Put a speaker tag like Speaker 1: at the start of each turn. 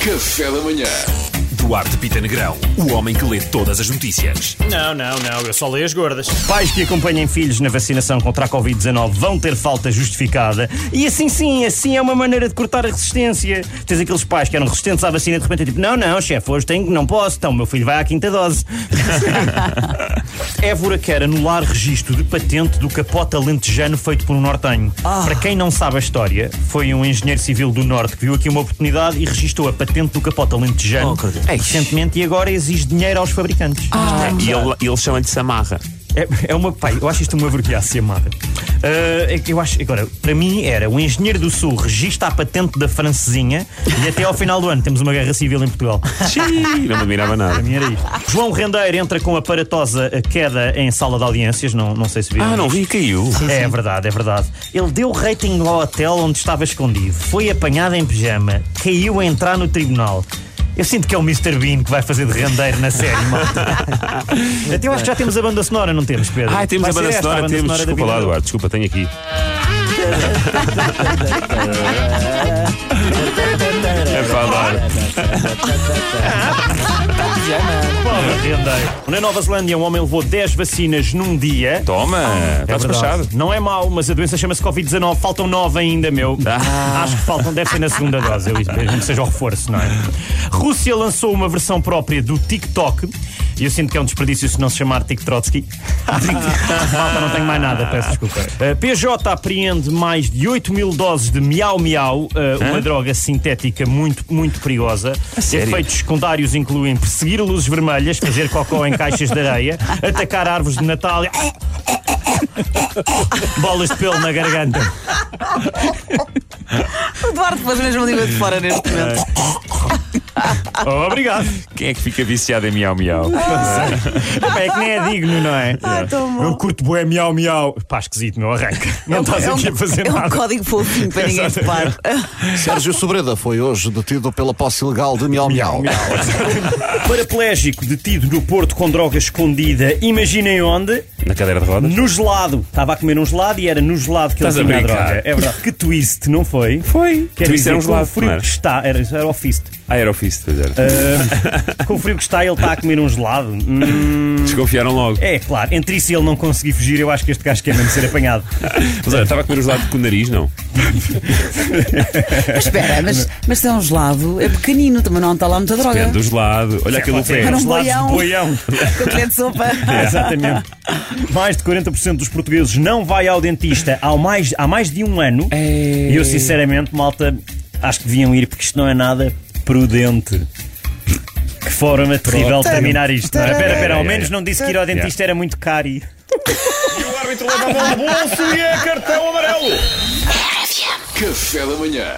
Speaker 1: Café da Manhã.
Speaker 2: Duarte Pita Negrão, o homem que lê todas as notícias.
Speaker 3: Não, não, não, eu só leio as gordas.
Speaker 4: Pais que acompanhem filhos na vacinação contra a Covid-19 vão ter falta justificada. E assim sim, assim é uma maneira de cortar a resistência. Tens aqueles pais que eram resistentes à vacina e de repente é tipo, não, não, chefe, hoje tenho, não posso, então o meu filho vai à quinta dose. Évora quer anular registro de patente do capote alentejano feito por um nortenho. Para quem não sabe a história, foi um engenheiro civil do Norte que viu aqui uma oportunidade e registou a patente do capote alentejano recentemente e agora exige dinheiro aos fabricantes.
Speaker 5: E ele, ele chama-lhe Samarra.
Speaker 4: É, é uma. Pai, eu acho isto uma vergonhaça amada. Ah, é que eu acho. Agora, para mim era o engenheiro do Sul regista a patente da francesinha e até ao final do ano temos uma guerra civil em Portugal.
Speaker 5: Xiii, não me admirava nada.
Speaker 4: Para mim era isto. João Rendeiro entra com aparatosa queda em sala de audiências, não, não sei se viram.
Speaker 5: Ah, não vi, caiu.
Speaker 4: É verdade, é verdade. Ele deu rating ao hotel onde estava escondido, foi apanhado em pijama, caiu a entrar no tribunal. Eu sinto que é o Mr. Bean que vai fazer de rendeiro na série, malta. Até eu acho que já temos a banda sonora, não temos, Pedro?
Speaker 5: Ah, temos
Speaker 4: Vai
Speaker 5: a
Speaker 4: ser
Speaker 5: banda
Speaker 4: esta
Speaker 5: sonora,
Speaker 4: banda
Speaker 5: temos.
Speaker 4: sonora da
Speaker 5: desculpa
Speaker 4: vida
Speaker 5: lá,
Speaker 4: dele.
Speaker 5: Eduardo, desculpa, tenho aqui. é para dar.
Speaker 4: Pobre rendeiro. Na Nova Zelândia, um homem levou 10 vacinas num dia.
Speaker 5: Toma, está
Speaker 4: É verdade.
Speaker 5: despachado.
Speaker 4: Não é mau, mas a doença chama-se Covid-19. Faltam nove ainda, meu. Acho que faltam, deve ser na segunda dose, eu mesmo que seja o reforço, não é? Rússia lançou uma versão própria do TikTok. E eu sinto que é um desperdício se não se chamar TikTrotsky. Malta, não tenho mais nada, peço desculpa. A PJ apreende mais de 8 mil doses de Miau Miau, eh, uma droga sintética muito, muito perigosa.
Speaker 5: sério?
Speaker 4: Efeitos secundários incluem perseguir luzes vermelhas, fazer cocó em caixas de areia, atacar árvores de Natal Bolas de pelo na garganta.
Speaker 6: O Duarte pôs mesmo a língua de fora neste momento.
Speaker 4: Oh, obrigado.
Speaker 5: Quem é que fica viciado em miau miau?
Speaker 4: Epá, É que nem é digno, não é?
Speaker 6: Ai, tão bom.
Speaker 4: Eu curto boé miau miau. Pá, esquisito, meu arranca. Não estás
Speaker 6: É um-
Speaker 4: aqui a fazer
Speaker 6: é um
Speaker 4: nada.
Speaker 6: código fofinho para ninguém
Speaker 4: Exato.
Speaker 6: topar.
Speaker 1: Sérgio Sobreda foi hoje detido pela posse ilegal de Miau Miau.
Speaker 4: Paraplégico detido no Porto com droga escondida. Imaginem onde?
Speaker 5: Na cadeira de rodas?
Speaker 4: No gelado. Estava a comer um gelado e era no gelado que ele
Speaker 5: Estás a
Speaker 4: tinha a
Speaker 5: brincar.
Speaker 4: droga. É verdade. Que twist, não foi?
Speaker 5: Foi.
Speaker 4: Quer
Speaker 5: Twist
Speaker 4: dizer,
Speaker 5: era um
Speaker 4: com
Speaker 5: gelado,
Speaker 4: o frio
Speaker 5: não era?
Speaker 4: que está, era, era o fist.
Speaker 5: Ah, era o Fist, pois era.
Speaker 4: Ah, com o frio que está, ele está a comer um gelado. Hum,
Speaker 5: Desconfiaram logo.
Speaker 4: é, claro. Entre isso e ele não conseguir fugir, eu acho que este gajo quer mesmo ser apanhado.
Speaker 5: Mas olha, estava a comer os lados com o nariz, não?
Speaker 6: Mas espera, mas, mas se é um gelado, é pequenino, também não está lá muita droga.
Speaker 5: Depende do gelado. Olha é aquele
Speaker 4: Pode ser
Speaker 5: pé.
Speaker 6: Era um
Speaker 4: gelados de
Speaker 6: boião.
Speaker 4: é. boião.
Speaker 6: Com colher de sopa.
Speaker 4: É. Exatamente. Mais de 40% dos portugueses não vai ao dentista há mais, há mais de um ano.
Speaker 5: É.
Speaker 4: E eu, sinceramente, malta, acho que deviam ir, porque isto não é nada prudente. Que forma terrível de terminar isto. não é? Espera, espera, ao
Speaker 5: É, é,
Speaker 4: menos
Speaker 5: é.
Speaker 4: não disse que ir ao dentista era muito caro. E
Speaker 5: O árbitro leva a mão no bolso e é cartão amarelo.
Speaker 1: Café da Manhã.